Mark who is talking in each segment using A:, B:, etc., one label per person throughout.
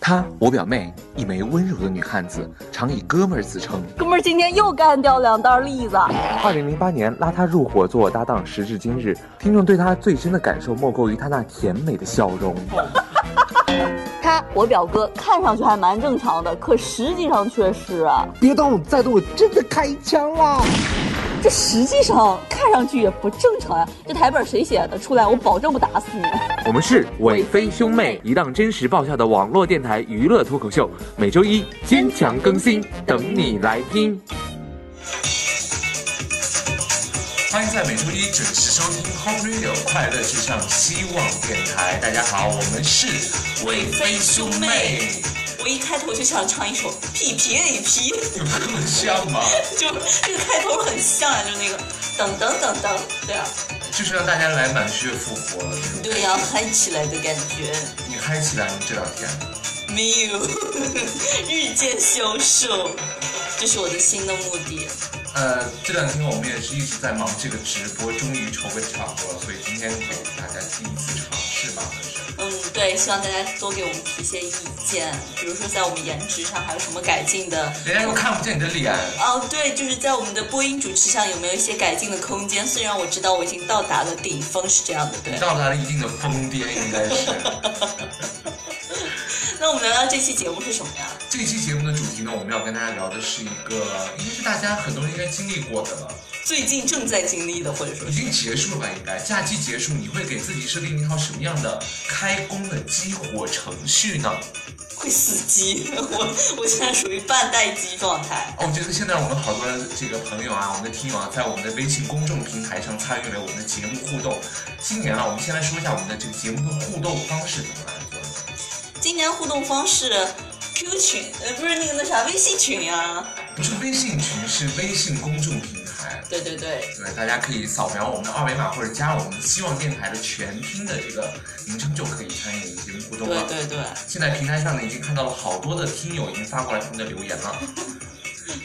A: 她，我表妹，一枚温柔的女汉子，常以哥们儿自称。
B: 哥们儿今天又干掉两袋栗子，
A: 二零零八年拉她入伙做我搭档，时至今日，听众对她最深的感受莫过于她那甜美的笑容。
B: 他我表哥看上去还蛮正常的，可实际上却是啊，
C: 别动，再动我真的开枪啦！
B: 这实际上看上去也不正常呀、这台本谁写的？出来我保证不打死你。
A: 我们是伟飞兄妹，一档真实爆笑的网络电台娱乐脱口秀，每周一坚强更新，等你来听。
D: 欢迎在每周一准时收听 Home Radio 快乐至上希望电台。大家好，我们是伟飞兄妹，
B: 我一开头就想唱一首《屁皮里皮》，
D: 你们那么像吗？
B: 就这个开头很像啊，就那个噔噔噔噔，对啊，
D: 就是让大家来满血复活了。
B: 对呀、嗨起来的感觉。
D: 你嗨起来吗？这两天
B: 没有， 日渐消瘦，这是我的新的目的。
D: 呃，这两天我们也是一直在忙这个直播，终于筹备差不多了，所以今天给大家第一次尝试嘛，算是。
B: 嗯，对，希望大家多给我们提一些意见，比如说在我们颜值上还有什么改进的。
D: 人家又看不见你的脸，
B: 哦，对，就是在我们的播音主持上有没有一些改进的空间？虽然我知道我已经到达了顶峰，是这样的，对
D: 你。到达了一定的疯癫，应该是。
B: 那我们聊聊这期节目是什么呀？
D: 这期节目的主题呢，我们要跟大家聊的是一个，应该是大家很多人应该经历过的了。
B: 最近正在经历的，或者说
D: 已
B: 是
D: 经结束了吧？应该假期结束，你会给自己设定一套什么样的开工的激活程序呢？
B: 会死机，我我现在属于半待机状态。
D: 哦，我觉得现在我们好多这个朋友啊，我们的听友啊，在我们的微信公众平台上参与了我们的节目互动。今年啊，我们先来说一下我们的这个节目的互动方式怎么来做的。
B: 今年互动方式，Q 群，呃，不是那个那啥微信群呀、
D: 不是微信群，是微信公众平台。
B: 对对对，
D: 对，大家可以扫描我们的二维码或者加我们希望电台的全拼的这个名称，就可以参与节目互动
B: 对
D: 了。
B: 对对
D: 现在平台上呢，已经看到了好多的听友已经发过来他们的留言了。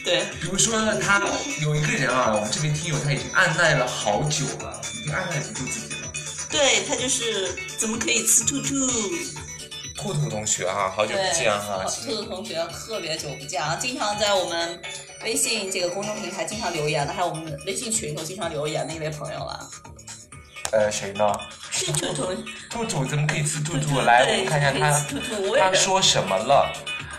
B: 对，
D: 比如说他有一个人啊，我们这位听友他已经按耐了好久了，已经按耐不住自己了。
B: 对他就是怎么可以吃兔兔？
D: 兔兔同学啊，好久
B: 对，
D: 不见哈、啊，
B: 兔兔同学特别久不见啊，经常在我们微信这个公众平台经常留言的，还有我们微信群头经常留言的一位朋友了，
D: 呃，谁呢？
B: 是兔兔
D: 兔兔怎么可以吃兔
B: 兔
D: 兔？
B: 兔，
D: 来，我
B: 对
D: 们看一下他
B: 兔兔，我
D: 他
B: 也是。
D: 说什么了。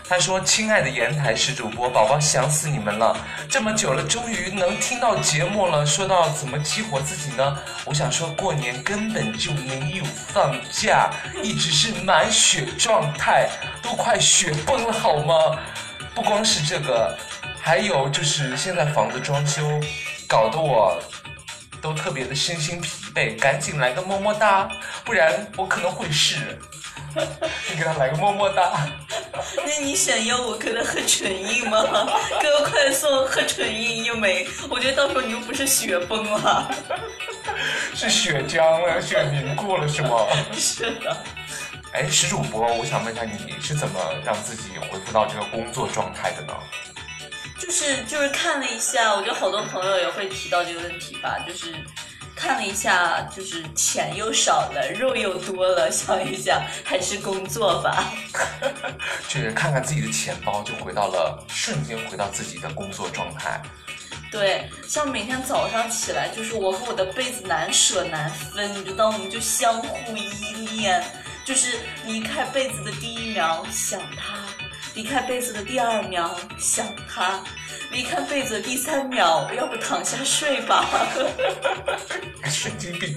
D: 他说：“亲爱的言台是主播，宝宝想死你们了！这么久了，终于能听到节目了。说到怎么激活自己呢？我想说，过年根本就没有放假，一直是满血状态，都快血崩了好吗？不光是这个，还有就是现在房子装修，搞得我都特别的身心疲惫，赶紧来个么么哒，不然我可能会是。你给他来个么么哒。
B: 那你想要我跟他喝纯饮吗？给我快送喝纯饮一枚，我觉得到时候你又不是雪崩了。
D: 是血浆了，血凝固了是吗？
B: 是的，
D: 哎，石主播，我想问一下，你是怎么让自己恢复到这个工作状态的呢？
B: 就是就是看了一下，我觉得好多朋友也会提到这个问题吧，就是。看了一下，就是钱又少了，肉又多了，想一想还是工作吧。
D: 就是看看自己的钱包，就回到了瞬间回到自己的工作状态。
B: 对，像每天早上起来，就是我和我的被子难舍难分，你知道，我们就相互依恋。就是离开被子的第一秒想他，离开被子的第二秒想他，离开被子的第三秒，要不躺下睡吧。
D: 神经病。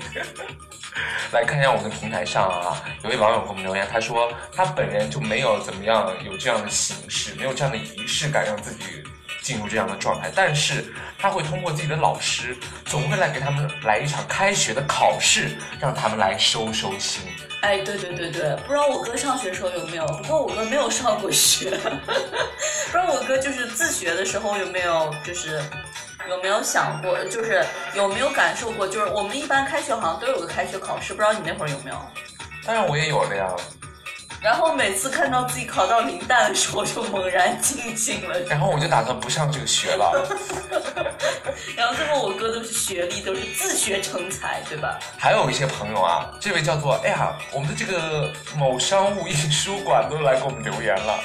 D: 来看一下我们的平台上啊，有位网友给我们留言，他说他本人就没有怎么样有这样的形式，没有这样的仪式感，让自己进入这样的状态。但是他会通过自己的老师，总会来给他们来一场开学的考试，让他们来收收心。
B: 哎，对对对对，不知道我哥上学的时候有没有？不过我哥没有上过学， 不知道我哥就是自学的时候有没有，就是有没有想过，就是有没有感受过？就是我们一般开学好像都有个开学考试，不知道你那会儿有没有？
D: 当然我也有了呀，
B: 然后每次看到自己考到零蛋的时候，就猛然惊醒了。
D: 然后我就打算不上这个学了。
B: 然后最后我哥都是学历都是自学成才，对吧？
D: 还有一些朋友啊，这位叫做哎呀，我们的这个某商务印书馆都来给我们留言了，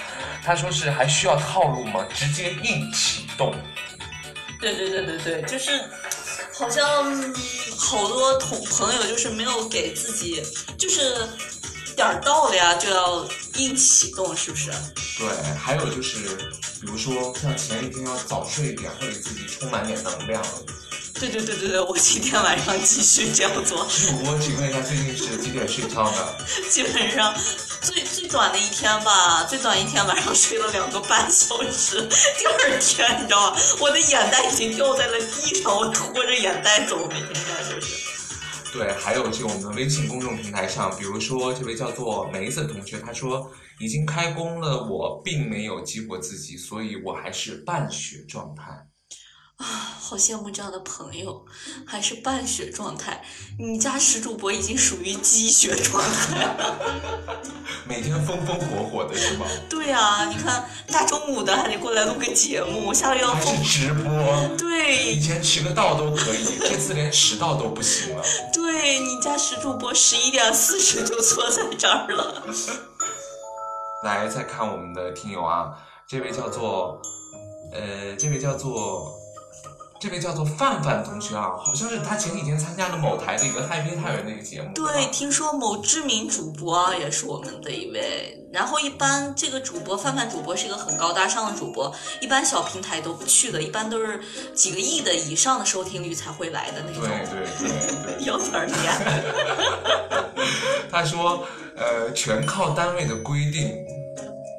D: 他说是还需要套路吗？直接硬启动。
B: 对对对对对，就是好像好多同朋友就是没有给自己就是点儿道理啊，就要硬启动，是不是？
D: 对，还有就是，比如说像前一天要早睡一点，会给自己充满点能量。
B: 对对对对对，我今天晚上继续这样做，
D: 主播，请问一下最近是几点睡觉的？
B: 基本上最最短的一天吧，最短一天晚上睡了两个半小时，第二天你知道吗？我的眼袋已经掉在了地上，我拖着眼袋走，每天这样就是。
D: 对，还有就我们的微信公众平台上，比如说这位叫做梅子的同学，他说已经开工了，我并没有激活自己，所以我还是半血状态。
B: 好羡慕这样的朋友，还是半血状态。你家石主播已经属于鸡血状态了。
D: 每天风风火火的是吗？
B: 对啊，你看大中午的还得过来录个节目，下个月要
D: 还
B: 疯
D: 是。直播？以
B: 对
D: 前迟个到都可以，这次连迟到都不行了。
B: 对，你家石主播十一点四十就坐在这儿了。
D: 来，再看我们的听友啊，这位叫做，呃，这位叫做，这位叫做范范同学啊，好像是他前几天参加了某台的一个嗨飞太原的一个节目，
B: 对，
D: 吧
B: 听说某知名主播啊也是我们的一位，然后一般这个主播范范主播是一个很高大上的主播，一般小平台都不去的，一般都是几个亿的以上的收听率才会来的那
D: 对
B: 种。
D: 对对对，
B: 有点儿脸。
D: 他说，呃，全靠单位的规定，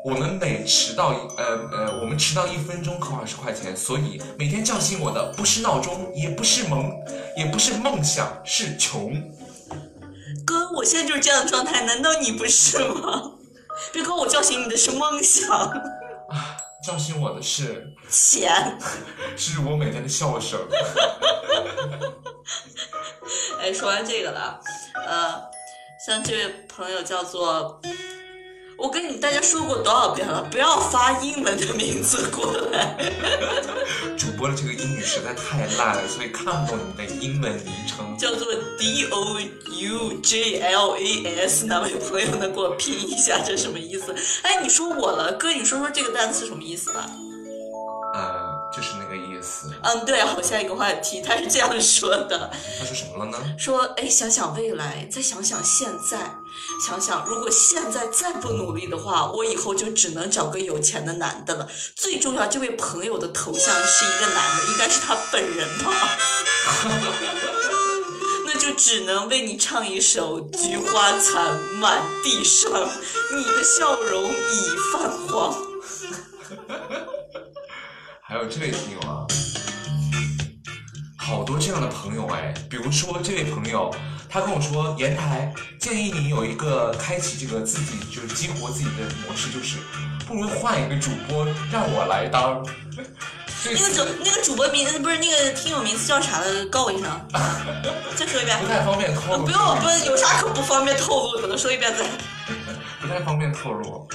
D: 我们每迟到一，呃呃，我们迟到一分钟扣二十块钱，所以每天叫醒我的不是闹钟，也不是梦，也不是梦想，是穷。
B: 哥，我现在就是这样的状态，难道你不是吗？别哥，我叫醒你的是梦想、
D: 叫醒我的是，
B: 钱。
D: 是我每天的笑声。
B: 哎，说完这个了，呃，像这位朋友叫做，我跟你大家说过多少遍了，不要发英文的名字过来。
D: 主播的这个英语实在太烂了，所以看不懂你们的英文昵称。
B: 叫做 D O U J L A S，哪位朋友能给我拼一下这什么意思？哎，你说我了，哥，你说说这个单词什么意思吧？
D: 呃，就是那个意思。
B: 嗯，对，好，下一个话题，他是这样说的，
D: 他说什么了呢？
B: 说，哎，想想未来，再想想现在，想想如果现在再不努力的话，我以后就只能找个有钱的男的了。最重要，这位朋友的头像是一个男的，应该是他本人吧？ 那就只能为你唱一首《菊花残满地伤》，你的笑容已泛黄。
D: 还有这位朋友啊，好多这样的朋友哎，比如说这位朋友，他跟我说，言台建议你有一个开启这个自己就是激活自己的模式，就是不如换一个主播让我来当。这
B: 那个主
D: 次
B: 那个主播名不是那个听友名字叫啥的，告我一声， 再说一遍
D: 不。太方便透露，
B: 不用，不用，有啥可不方便透露的了？说一遍再。
D: 不太方便透露。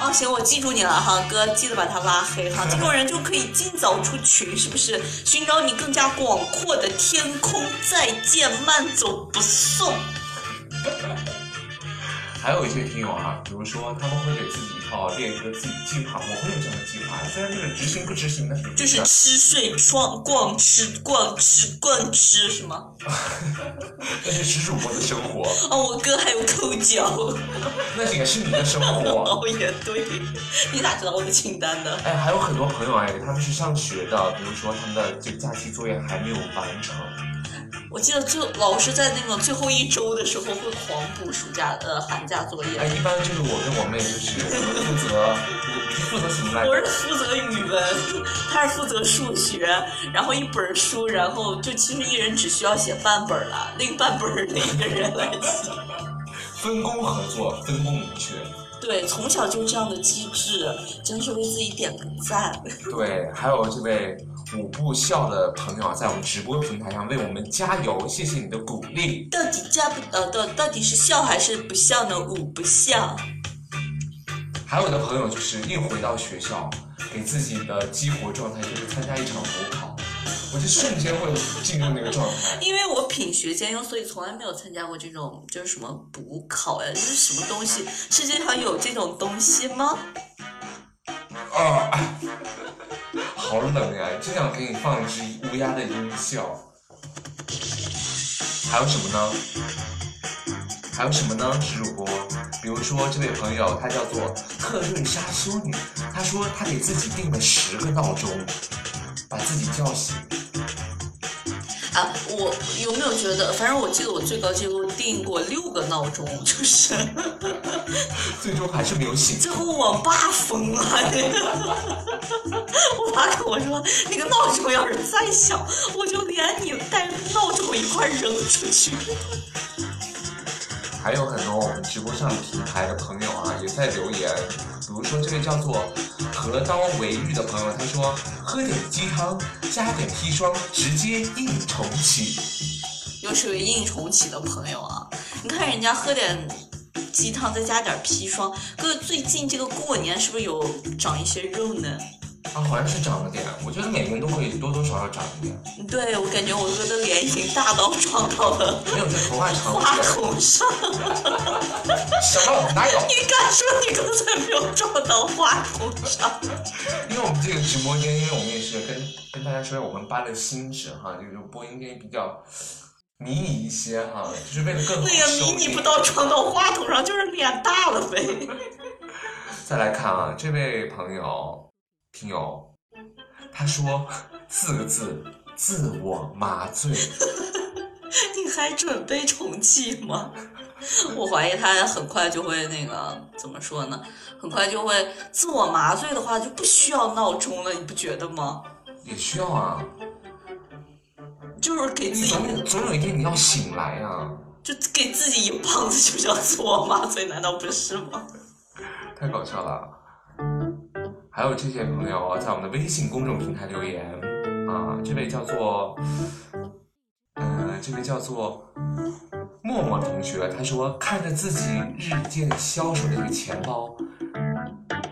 B: 哦，行，我记住你了哈，哥，记得把他拉黑哈。这种人就可以尽早出群，是不是？寻找你更加广阔的天空。再见，慢走不送。
D: 还有一些听友啊，比如说他们会给自己一套列一个自己计划，我会有这样的计划，虽然这个执行不执行那是一回
B: 就
D: 事
B: 是
D: 儿
B: 吃睡逛逛吃逛吃逛吃是吗？
D: 那是实主播的生活，
B: 哦，我哥还有抠脚。
D: 那也是你的生活。
B: 哦，也对，你咋知道我的清单的？
D: 哎，还有很多朋友哎，他们是上学的，比如说他们的这个假期作业还没有完成，
B: 我记得最老师在那种最后一周的时候会狂补暑假呃寒假作业。
D: 哎，一般就是我跟我妹就是负责，你是负责什么来
B: 我
D: 着？
B: 是负责语文，他是负责数学，然后一本书，然后就其实一人只需要写半本了，另半本儿的一个人来写。
D: 分工合作，分工明确。
B: 对，从小就这样的机制，真是为自己点个赞。
D: 对，还有这位五步笑的朋友啊，在我们直播平台上为我们加油，谢谢你的鼓励。
B: 到底加不呃到到底是笑还是不笑呢？五不笑。
D: 还有的朋友就是一回到学校，给自己的激活状态就是参加一场模考，我就瞬间会进入那个状态。
B: 因为我品学兼优，所以从来没有参加过这种就是什么补考呀，这是什么东西？世界上有这种东西吗？
D: 啊，好冷呀、就想给你放一只乌鸦的音效。还有什么呢？还有什么呢，石主播？比如说这位朋友，他叫做特瑞莎修女，他说他给自己定了十个闹钟，把自己叫醒。
B: 啊，我有没有觉得？反正我记得我最高记录定过六个闹钟，就是
D: 最终还是没有醒。
B: 最后我爸疯了， 那个我爸跟我说，那个闹钟要是再响，我就连你带闹钟一块扔出去。
D: 还有很多我们直播上平台的朋友啊，也在留言，比如说这位叫做河刀为玉的朋友，他说喝点鸡汤，加点砒霜，直接硬重启。
B: 又是位硬重启的朋友啊！你看人家喝点鸡汤，再加点砒霜，哥最近这个过年是不是有长一些肉呢？
D: 啊，好像是长了点，我觉得每个人都会多多少少长一点，
B: 对我感觉我哥的脸已经大到 撞到了
D: 没有这头发长
B: 花
D: 一点。
B: 红上。
D: 什么？哪有？
B: 你敢说你刚才没有撞到花筒上？
D: 因为我们这个直播间，因为我们也是跟跟大家说一下我们班的新址哈，就是播音间比较迷你一些哈，就是为了更好
B: 那个迷
D: 收
B: 你
D: 听
B: 不到撞到花筒上，就是脸大了 呗。
D: 再来看啊，这位朋友听友，他说四个字：自我麻醉。
B: 你还准备重启吗？ 我怀疑他很快就会那个怎么说呢？很快就会自我麻醉的话，就不需要闹钟了，你不觉得吗？
D: 也需要啊，
B: 就是给
D: 你
B: 自己
D: 总有总有一天你要醒来啊！
B: 就给自己一棒子，就叫自我麻醉，难道不是吗？
D: 太搞笑了。还有这些朋友啊，在我们的微信公众平台留言啊，这位叫做，呃，这位叫做默默同学，他说看着自己日渐消瘦的这个钱包，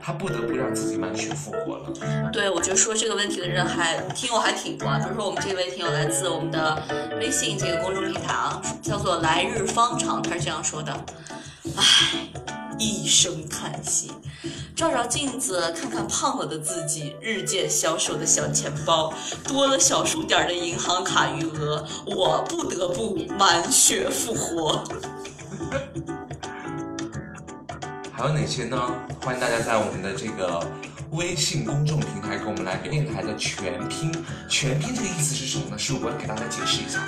D: 他不得不让自己满血复活了。
B: 对，我觉得说这个问题的人还听友还挺多啊。比如说我们这位听友来自我们的微信这个公众平台啊，叫做“来日方长”，他是这样说的：“唉，一声叹息，照照镜子，看看胖了的自己，日渐消瘦的小钱包，多了小数点的银行卡余额，我不得不满血复活。
D: 还有哪些呢？欢迎大家在我们的这个微信公众平台给我们来电台的全拼。全拼这个意思是什么呢？是我给大家解释一下，”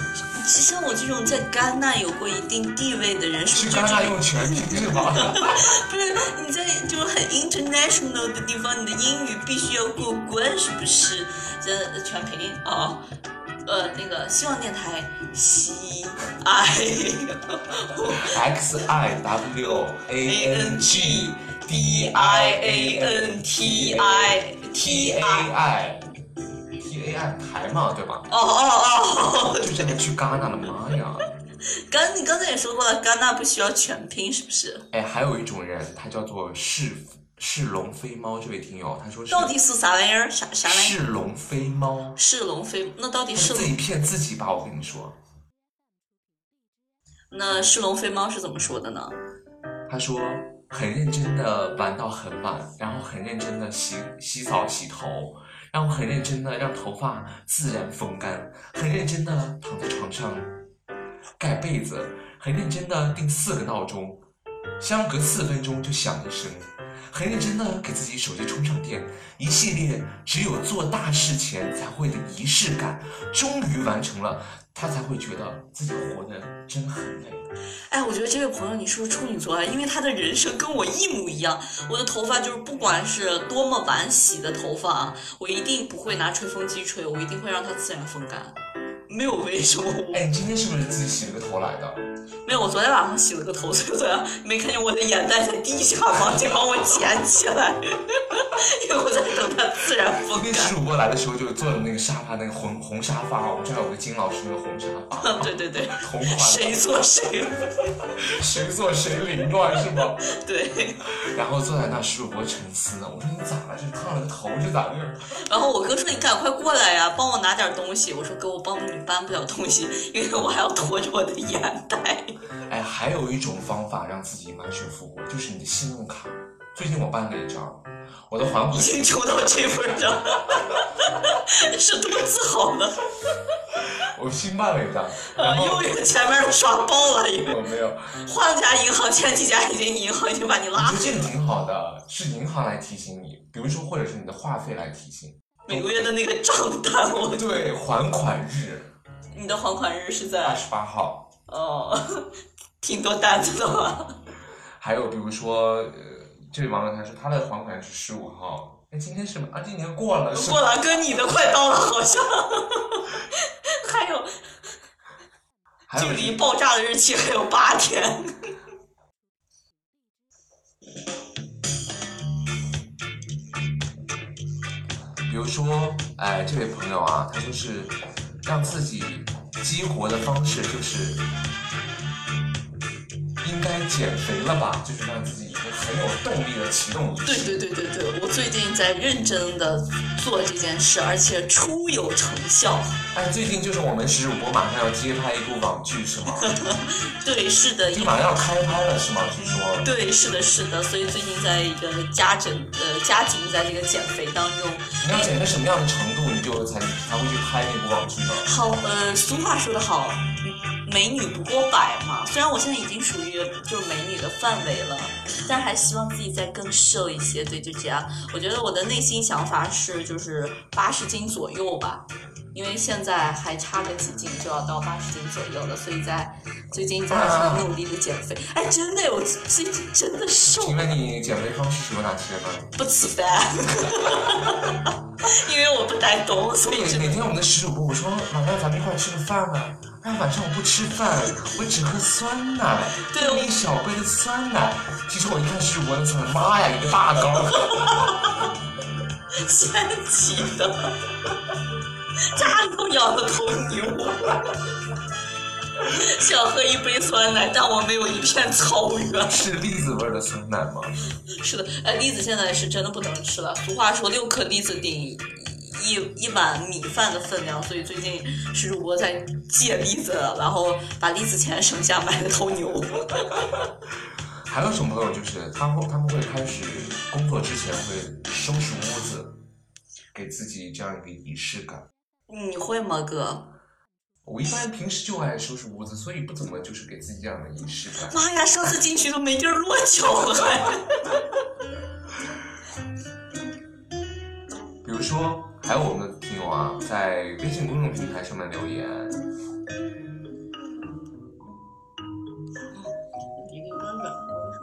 B: 其实像我这种在戛纳有过一定地位的人，
D: 是
B: 是不是就
D: 戛
B: 这
D: 纳
B: 种
D: 用全拼是吧？
B: 不是你在就是很 international 的地方，你的英语必须要过关，是不是？这全凭啊、呃，那个希望电台喜爱
D: X I W A N G D I
B: I A
D: A
B: N
D: N T
B: T I
D: T
B: T
D: A
B: I。
D: I T A I 台嘛，对吧？
B: 哦哦哦！
D: 就这个去戛纳了，妈呀！
B: 刚你刚才也说过了，戛纳不需要全拼，是不是？
D: 哎，还有一种人，他叫做是是龙飞猫，这位听友他说是
B: 到底是啥玩意儿？啥啥玩意儿？
D: 是龙飞猫。
B: 是龙飞？那到底
D: 他
B: 是
D: 是自
B: 龙？
D: 己骗自己吧，我跟你说。
B: 那是龙飞猫是怎么说的呢？
D: 他说很认真的玩到很晚，然后很认真的洗洗澡、洗头，然后很认真的让头发自然风干，很认真的躺在床上盖被子，很认真的定四个闹钟，相隔四分钟就响一声。很认真的给自己手机充上电，一系列只有做大事前才会的仪式感，终于完成了，他才会觉得自己活得真很累。
B: 哎，我觉得这位朋友你是不是处女座啊？因为他的人生跟我一模一样，我的头发就是不管是多么晚洗的头发啊，我一定不会拿吹风机吹，我一定会让它自然风干。没有为什么我，
D: 哎，你今天是不是自己洗了个头来的？
B: 没有，我昨天晚上洗了个头，所以昨天没看见我的眼袋在地下吗？得帮我捡起来，因为我在等它自然风
D: 那
B: 干
D: 次。主播来的时候就坐的那个沙发，那个红红沙发啊，我们这儿有个金老师那个红沙发，
B: 对对对，
D: 同款
B: 谁做谁？
D: 谁坐谁凌乱是吗？
B: 对。
D: 然后坐在那，石主播沉思呢。我说你咋了？这烫了个头是咋的？
B: 然后我哥说：“你赶快过来呀，帮我拿点东西。”我说：“哥，我帮你搬不了东西，因为我还要拖着我的眼袋。
D: 哎，还有一种方法让自己满血复活，就是你的信用卡。最近我办了一张，我的还”
B: 已
D: 款
B: 经穷到这份上， 是多自豪呢！
D: 我新办了一张，
B: 啊
D: 然，后
B: 因为前面都刷爆了，因为
D: 我没有，
B: 换了家银行，前几家已经银行已经把你拉
D: 我
B: 黑
D: 觉得
B: 了
D: 这。挺好的，是银行来提醒你，比如说或者是你的话费来提醒。
B: 每个月的那个账单，我
D: 对还款日
B: 你的还款日是
D: 二
B: 在
D: 十八号。
B: 哦，挺多单子的嘛。
D: 还有比如说，呃，这位网友他说他的还款是十五号，哎，今天是吗？啊，今天过了是吗
B: 过了，哥，你的快到了，好像还有
D: 还有
B: 距离爆炸的日期还有八天。
D: 比如说，哎，这位朋友啊，他就是让自己激活的方式就是应该减肥了吧，就是让自己一个很有动力的启动仪
B: 对
D: 式。
B: 对对对对，我最近在认真的做这件事，而且初有成效。
D: 哎，最近就是我们石主播马上要接拍一部网剧是吗？
B: 对，是的，
D: 就马上要开拍了是吗？据说。
B: 对，是的，是的。所以最近在一个加整呃加紧在这个减肥当中。
D: 你要减到什么样的程度，你就才才会去拍那部网剧呢？
B: 好，呃，俗话说得好，美女不过百嘛。虽然我现在已经属于就是美女的范围了，但还希望自己再更瘦一些。对，就这样。我觉得我的内心想法是，就是八十斤左右吧，因为现在还差个几斤就要到八十斤左右了，所以在最近在
D: 啊
B: 努力的减肥。哎，真的，我最近真的瘦
D: 请问你减肥方式是有哪些呢？
B: 不吃饭， 因为我不带动，所
D: 所以
B: 以
D: 每
B: 真
D: 每
B: 的
D: 天我们的石主播，我说晚上咱们一块儿吃个饭啊。哎，晚上我不吃饭，我只喝酸奶，
B: 对
D: 一小杯的酸奶。其实我一看石主播那酸奶，妈呀，一个大缸，
B: 掀起的， 家里头养的头牛。想喝一杯酸奶，但我没有一片草原。
D: 是栗子味儿的酸奶吗？
B: 是的，哎，栗子现在是真的不能吃了。俗话说，六颗栗子顶一一一碗米饭的分量，所以最近是主播在戒栗子了，然后把栗子钱省下买了头牛。
D: 还有一种朋友就是他会他们会开始工作之前会收拾屋子，给自己这样一个仪式感。
B: 嗯你会吗，哥？
D: 我一般平时就爱收拾屋子，所以不怎么就是给自己这样的仪式感。
B: 妈呀，上次进去都没地儿落脚了， 还。
D: 比如说，还有我们的听友啊，在微信公众平台上面留言，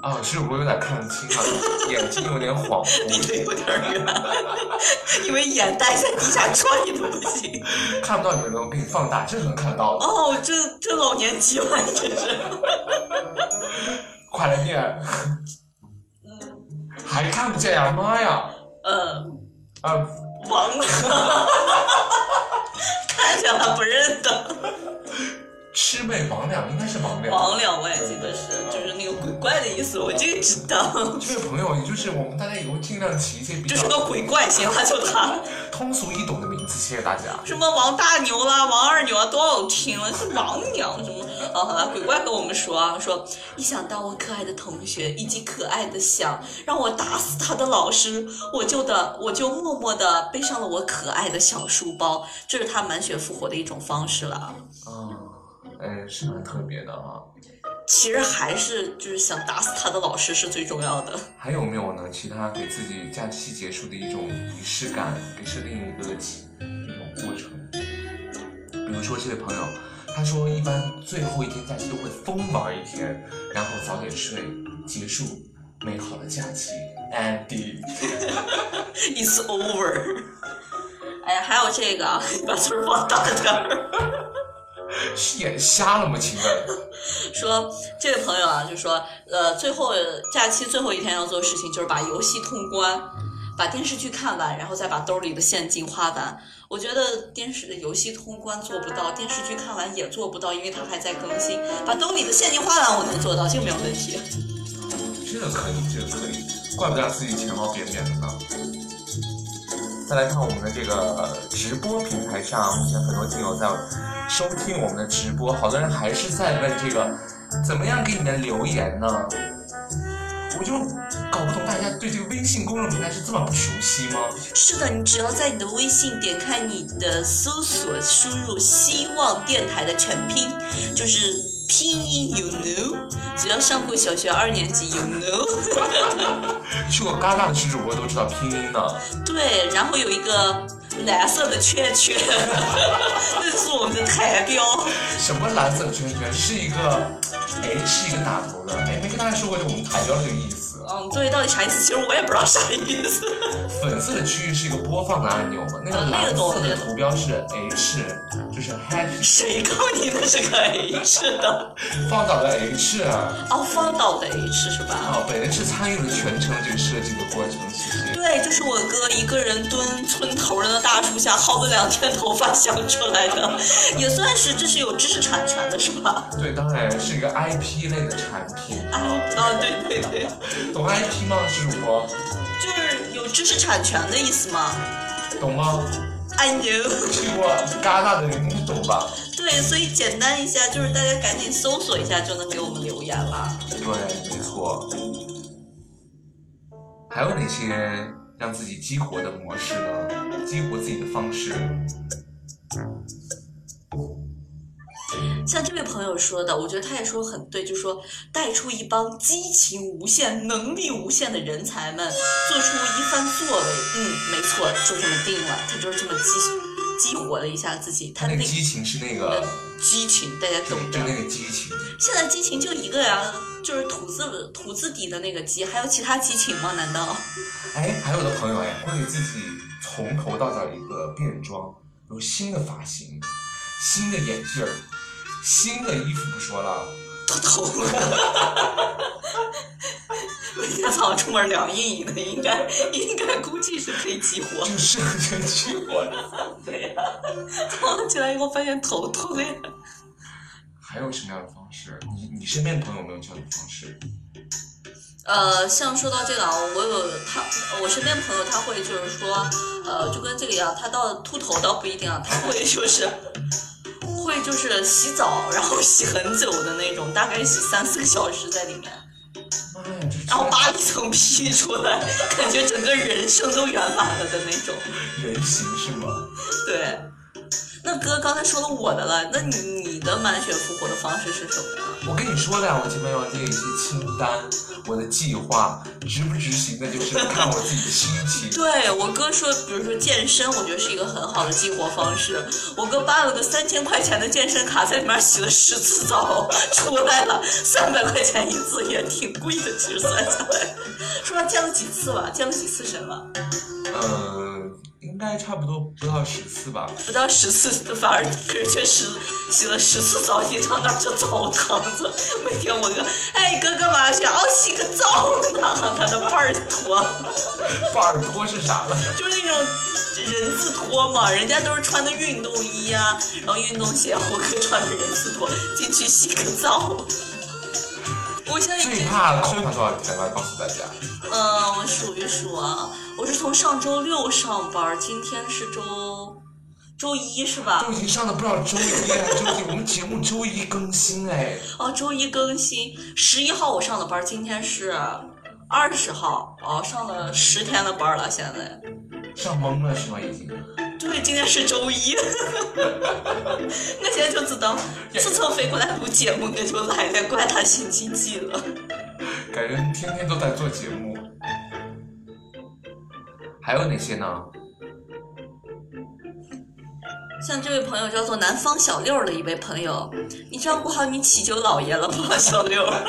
D: 啊，是我有点看不清了，眼睛有点恍
B: 离
D: 惚，
B: 得有点远， 因为眼袋在地下转悠都不行。
D: 看不到你们我给你放大，这能看到的，
B: 哦，这这老年机了，真是。
D: 快来念，
B: 嗯，
D: 还看不见呀、妈呀！
B: 呃，
D: 啊，
B: 王哥， 看见了不认得。
D: 魑魅魍魉应该是魍魉。
B: 王两位记得是，就是那个鬼怪的意思，我这个知道。
D: 这位朋友，也就是我们大家以后尽量起一些比
B: 就
D: 较
B: 是个鬼怪，行了，就他。
D: 通俗易懂的名字，谢谢大家。
B: 什么王大牛啦、王二牛啊，都好听了，是王娘什么？啊，好了，鬼怪跟我们说啊，说一想到我可爱的同学以及可爱的想让我打死他的老师，我就的我就默默的背上了我可爱的小书包，这是他满血复活的一种方式了啊。
D: 啊，嗯，是蛮特别的啊。
B: 其实还是就是想打死他的老师是最重要的。
D: 还有没有呢？其他给自己假期结束的一种仪式感，给设定一个起一种过程。比如说这位朋友，他说一般最后一天假期都会疯玩一天，然后早点睡，结束美好的假期。Andy，
B: It's over。哎呀，还有这 个啊，你把字儿放大点儿。
D: 是眼瞎了吗？请问，
B: 说这位朋友啊，就说呃，最后假期最后一天要做的事情就是把游戏通关，把电视剧看完，然后再把兜里的现金花完。我觉得电视游戏通关做不到，电视剧看完也做不到，因为它还在更新。把兜里的现金花完，我能做到，这个没有问题。
D: 这个可以，这个可以，怪不得自己钱包扁扁的呢。再来看我们的这个呃直播平台上，目前很多听友在收听我们的直播，好多人还是在问这个怎么样给你们留言呢？我就搞不懂大家对这个微信公众平台是这么不熟悉吗？
B: 是的，你只要在你的微信点开你的搜索，输入“希望电台”的全拼，就是拼音 you know。只要上过小学二年级，you know。
D: 去过戛纳的女主播都知道拼音的。
B: 对，然后有一个蓝色的圈圈， 那就是我们的台标。
D: 什么蓝色的圈圈是一个 H 一个打头的，哎，没跟大家说过这个我们台标这个意思。啊
B: 嗯，对，到底啥意思？其实我也不知道啥意思。
D: 粉色的区域是一个播放的按钮嘛，那个
B: 啊那
D: 蓝
B: 个懂
D: 色
B: 那
D: 的
B: 个
D: 图标是 H，就是 Happy
B: 谁告诉你那是个 H 的？
D: 放倒的 H 啊。
B: 哦，方导的 H 是吧？
D: 哦，本人是参与了全程这个设计的过程，其实。
B: 对，就是我哥一个人蹲村头的大树下薅了两天头发想出来的，也算是这是有知识产权的是吧？
D: 对，当然是一个 IP 类的产品。
B: 啊，啊对对对，
D: 懂 IP 吗，女主播？
B: 就是有知识产权的意思吗
D: 懂吗？
B: ？I know。
D: 去过戛纳的人不懂吧？
B: 对，所以简单一下，就是大家赶紧搜索一下就能给我们留言了。
D: 对，没错。还有哪些让自己激活的模式呢？激活自己的方式，
B: 像这位朋友说的，我觉得他也说得很对，就说带出一帮激情无限、能力无限的人才们，做出一番作为。嗯，没错，就这么定了，他就是这么激激活了一下自己，他
D: 他那
B: 那
D: 个
B: 个
D: 激情是那个，
B: 激情，大家
D: 就
B: 懂
D: 就
B: 的。
D: 那个激情。
B: 现在激情就一个呀，就是土字土字底的那个激，还有其他激情吗？难道？
D: 哎，还有的朋友哎，会给自己从头到脚一个变装，有新的发型，新的眼镜儿，新的衣服不说了，
B: 都头了。 我今天早上出门量阴影的，应该应该估计是可以激活。
D: 就是这个激活的。
B: 对呀、早上起来以后发现头痛的。
D: 还有什么样的方式？你你身边的朋友有没有这样的方式？
B: 呃，像说到这个啊，我有他，我身边朋友他会就是说，呃，就跟这个一样，他到秃头倒不一定啊，他会就是会就是洗澡，然后洗很久的那种，大概洗三四个小时在里面。
D: 妈呀，这
B: 然后扒一层 皮出来，感觉整个人生都圆满了的那种。
D: 人形是吗？
B: 对，那哥刚才说了我的了，那你你的满血复活的方式是什么呀？
D: 我跟你说的呀，我前面有列一些清单，我的计划执不执行的，就是看我自己的心情。
B: 对我哥说，比如说健身，我觉得是一个很好的激活方式。我哥办了个三千块钱的健身卡，在里面洗了十次澡， 出来了三百块钱一次，也挺贵的，其实算下来。说他健了几次吧？健了几次身吧？
D: 呃，应该差不多不到十次吧。
B: 不到十次，反而而且十洗了十次澡，一躺那儿就澡堂子。每天我哥，哎，哥干嘛去？哦，洗个澡呢，他的伴儿拖，
D: 巴尔托是啥了？
B: 就是那种人字拖嘛，人家都是穿的运动衣啊，然后运动鞋，我哥穿的人字拖进去洗个澡。我现在已
D: 最
B: 经，
D: 怕空场多少钱吧？告诉大家，
B: 嗯、我数一数啊，我是从上周六上班，今天是周周一是吧？
D: 都已经上了不知道周一还是周几，我们节目周一更新哎。
B: 哦，周一更新。十一号我上的班，今天是二十号，哦，上了十天的班了。现在，
D: 上懵了是吗？已经。
B: 对，今天是周一， 我现在就知道，自从飞过来录节目，我就来了，怪他心机计了。
D: 感觉天天都在做节目。还有哪些呢？
B: 像这位朋友叫做南方小六儿的一位朋友，你照顾好你祈求老爷了吗，小六儿？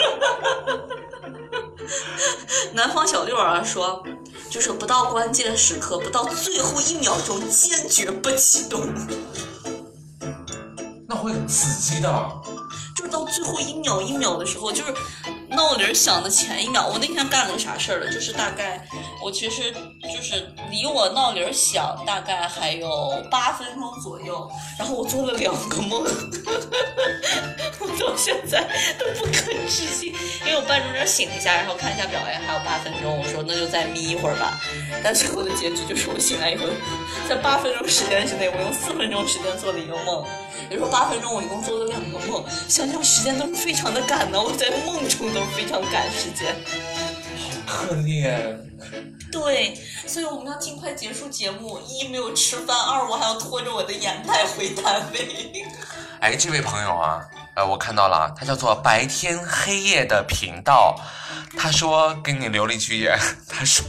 B: 南方小六儿啊说，就是不到关键时刻，不到最后一秒钟，坚决不启动。
D: 那会死机的。
B: 就到最后一秒一秒的时候，就是闹铃儿响的前一秒。我那天干了个啥事儿了？就是大概我其实就是离我闹铃儿响大概还有八分钟左右，然后我做了两个梦， 我到现在都不可置信，因为我半中间醒了一下，然后看一下表，哎，还有八分钟，我说那就再眯一会儿吧。但最后的结局就是我醒来以后，在八分钟时间之内，我用四分钟时间做了一个梦。也就是说八分钟，我一共做了两个梦，想想时间都是非常的赶的，我在梦中都非常赶时间。
D: 可怜。
B: 对，所以我们要尽快结束节目。一没有吃饭，二我还要拖着我的眼袋回单位。
D: 哎，这位朋友啊，呃，我看到了啊，他叫做白天黑夜的频道，他说给你留了一句言，他说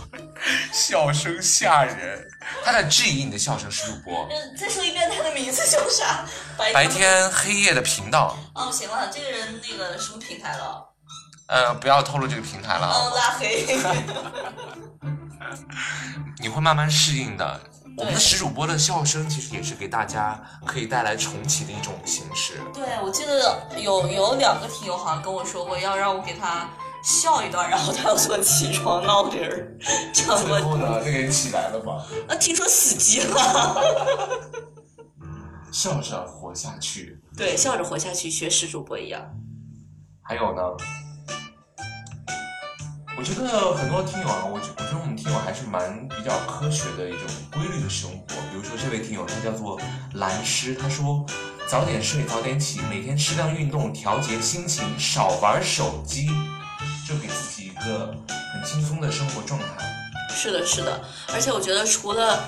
D: 笑声吓人，他在质疑你的笑声是主播。
B: 嗯，再说一遍他的名字叫啥？白
D: 白。天黑夜的频道，
B: 哦，行了，这个人那个什么平台了？
D: 呃，不要透露这个平台了啊，
B: 哦，拉黑。
D: 你会慢慢适应的。我们的
B: 对
D: 石主播的笑声其实也是给大家可以带来重启的一种形式。
B: 对，我记得有有两个听友好像跟我说过，要让我给他笑一段，然后他要做起床闹铃儿，这样我
D: 呢，那个人起来了吗？
B: 啊，听说死机了。
D: 笑着活下去。
B: 对，笑着活下去，学史主播一样。
D: 还有呢？我觉得很多听友啊，我觉我觉得我们听友还是蛮比较科学的一种规律的生活。比如说这位听友，他叫做蓝诗，他说早点睡，早点起，每天适量运动，调节心情，少玩手机，就给自己一个很轻松的生活状态。
B: 是的，是的，而且我觉得除了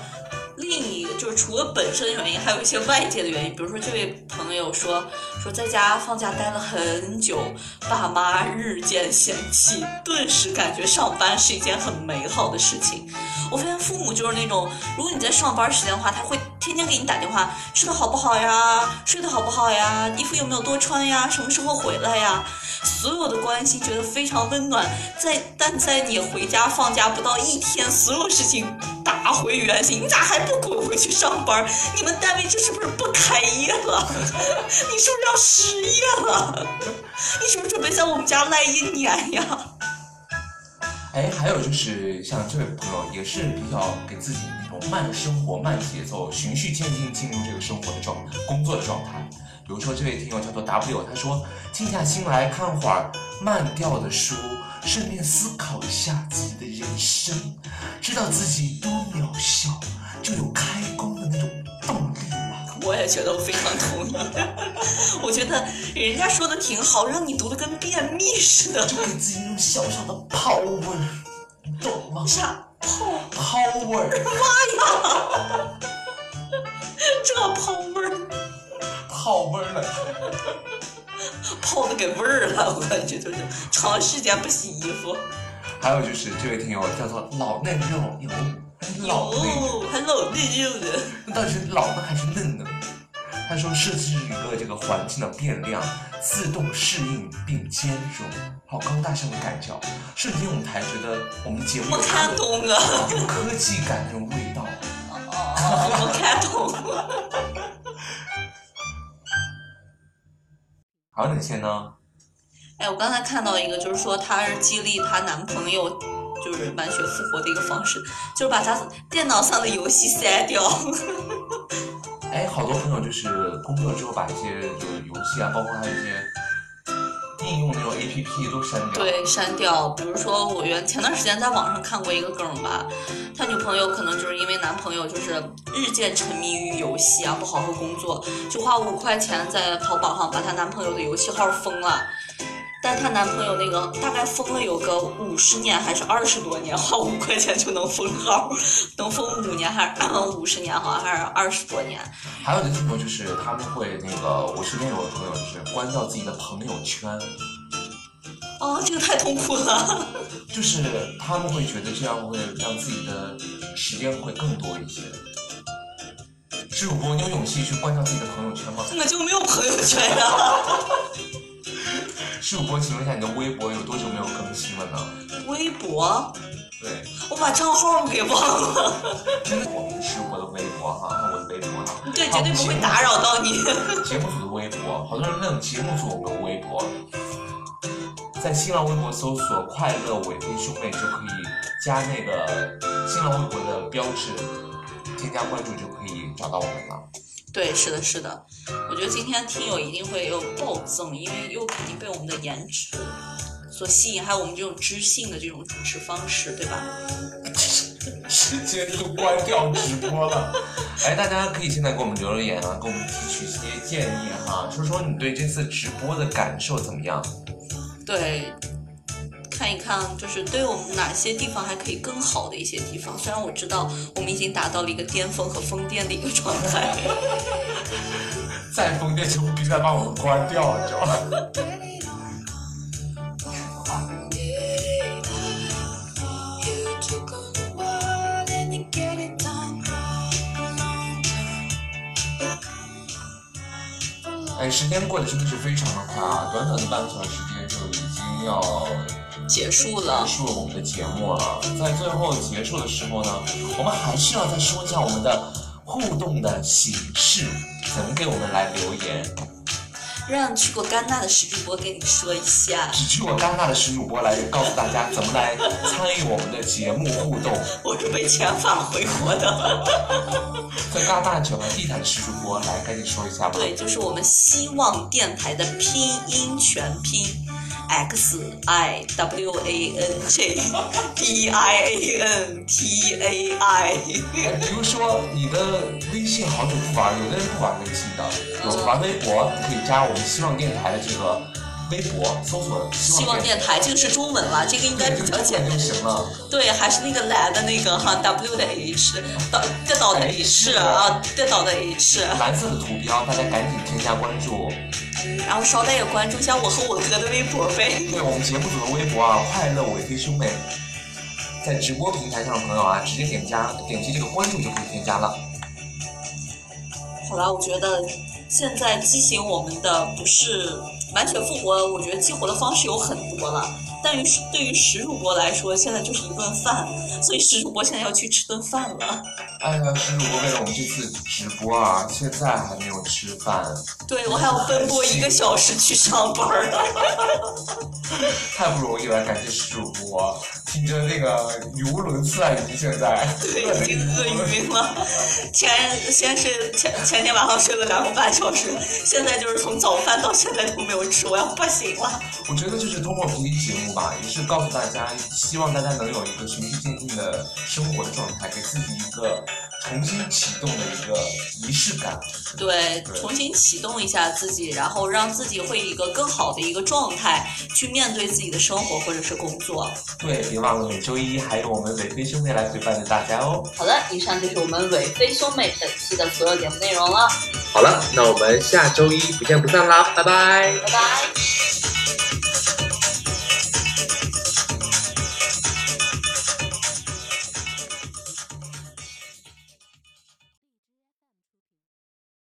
B: 另一个，就是除了本身的原因，还有一些外界的原因，比如说这位朋友说说在家放假待了很久，爸妈日渐嫌弃，顿时感觉上班是一件很美好的事情。我发现父母就是那种，如果你在上班时间的话，他会天天给你打电话，吃的好不好呀，睡得好不好呀，衣服有没有多穿呀，什么时候回来呀，所有的关心觉得非常温暖。在但在你回家放假不到一天，所有事情打回原形，你咋还不滚回去上班？你们单位这是不是不开业了？ 你是不是要失业了？你是不是准备在我们家赖一年呀？
D: 哎，还有就是像这位朋友，也是比较给自己那种慢生活、慢节奏，循序渐进进入这个生活的状态、工作的状态。比如说这位听友叫做 W，他说静下心来看会儿慢调的书，顺便思考一下自己的人生，知道自己多渺小，就有开工的那种动力了。
B: 我也觉得我非常同意。 我觉得人家说的挺好，让你读的跟便秘似的。
D: 就给自己那种小小的 power，你懂吗
B: 啥泡？
D: ？power。
B: 这泡味儿，
D: 泡味儿了。
B: 泡的给味儿了，我感觉就是长时间不洗衣服。
D: 还有就是这位听友叫做老嫩肉有老嫩肉，
B: 哦哟，还老嫩肉的。
D: 那到底是老呢还是嫩呢？他说设置一个这个环境的变量，自动适应并兼容，好高大上的感觉哦！瞬间我们才觉得我们节目
B: 没看
D: 有
B: 懂啊！
D: 有科技感这种味道。
B: 哦，没看懂啊！
D: 还有哪些呢？
B: 哎，我刚才看到一个，就是说她是激励她男朋友，就是满血复活的一个方式，就是把他电脑上的游戏 删掉。
D: 哎，好多朋友就是工作之后把一些就是游戏啊，包括还有一些应用那种 APP 都删掉。
B: 对，删掉。比如说，我原前段时间在网上看过一个梗吧，他女朋友可能就是因为男朋友就是日渐沉迷于游戏啊，不好好工作，就花五块钱在淘宝上把她男朋友的游戏号封了。但她男朋友那个大概封了有个五十年还是二十多年，花五块钱就能封号，能封五年还是嗯五十年好像还是二十多年。
D: 还有的听友就是他们会那个，我身边有个朋友就是关掉自己的朋友圈，
B: 哦，这个太痛苦了。
D: 就是他们会觉得这样会让自己的时间会更多一些。主播，你有勇气去关掉自己的朋友圈吗？
B: 我就没有朋友圈呀、
D: 主播，请问一下，你的微博有多久没有更新了呢？
B: 微博，
D: 对，
B: 我把账号给忘了。
D: 真的，我们吃我的微博哈，看我的微博哈。
B: 对，对，绝对不会打扰到你。
D: 节目组的微博，好多人问节目组有没有微博，在新浪微博搜索“快乐伪飞兄妹”就可以加那个新浪微博的标志，添加关注就可以找到我们了。
B: 对，是的，是的，我觉得今天听友一定会有暴增，因为又肯定被我们的颜值所吸引，还有我们这种知性的这种主持方式，对吧？
D: 直接就关掉直播了。哎，大家可以现在给我们留留言啊，给我们提取一些建议哈、说说你对这次直播的感受怎么样？
B: 对，看一看就是对我们哪些地方还可以更好的一些地方。虽然我知道我们已经达到了一个巅峰和疯癫的一个状态，
D: 再疯癫就必须再把我们关掉，你知道吗？哎，时间过得真的是非常的快啊！短短的半个小时时间就已经要
B: 结束
D: 结
B: 了。
D: 束了我们的节目了。在最后结束的时候呢，我们还是要再说一下我们的互动的形式，怎么给我们来留言？
B: 让去过戛纳的石主播跟你说一下，
D: 只去过戛纳的石主播来告诉大家怎么来参与我们的节目互动。
B: 我是被遣返回国的。
D: 在戛纳久了地毯石主播来赶紧说一下吧。
B: 对，就是我们希望电台的拼音全拼 x i w a n j p i a n t a i。
D: 哎比如说你的微信好久不玩，有的人不玩微信的，有玩微博，你可以加我们希望电台的这个微博，搜索希
B: 希
D: 望
B: 望
D: 电
B: 电台这个是中文吧？这个应该比较简
D: 就
B: 单。
D: 行了。
B: 对，还是那个来的那个哈 W 的 H，到个岛的 H 啊，个岛的 H。
D: 蓝色的图标，大家赶紧添加关注。哦
B: 然后捎带也关注一下我和我哥的微博呗。
D: 对我们节目组的微博啊，快乐伪飞兄妹，在直播平台上的朋友啊，直接点加点击这个关注就可以添加了。
B: 好啦，我觉得现在激醒我们的不是完全复活，我觉得激活的方式有很多了。但于是对于石主播来说，现在就是一顿饭，所以石主播现在要去吃顿饭了。
D: 哎呀，石主播为了我们这次直播啊，现在还没有吃饭，
B: 对我还要奔波一个小时去上班儿呢。
D: 太不容易了，感谢石主播，听着那个语无伦次啊，已经现在
B: 对，已经饿晕了。前先是前前天晚上睡了两个半小时，现在就是从早饭到现在都没有吃，我要不行了。
D: 我觉得就是通过评题节目吧，也是告诉大家，希望大家能有一个循序渐进的生活的状态，给自己一个重新启动的一个仪式感。
B: 对，
D: 对
B: 重新启动一下自己，然后让自己会一个更好的一个状态去面对自己的生活或者是工作。
D: 对，别忘了每周一还有我们伟飞兄妹来陪伴着大家哦。
E: 好了，以上就是我们伟飞兄妹本期的所有节目内容了，
F: 好了，那我们下周一不见不散啦，拜拜。
E: 拜拜。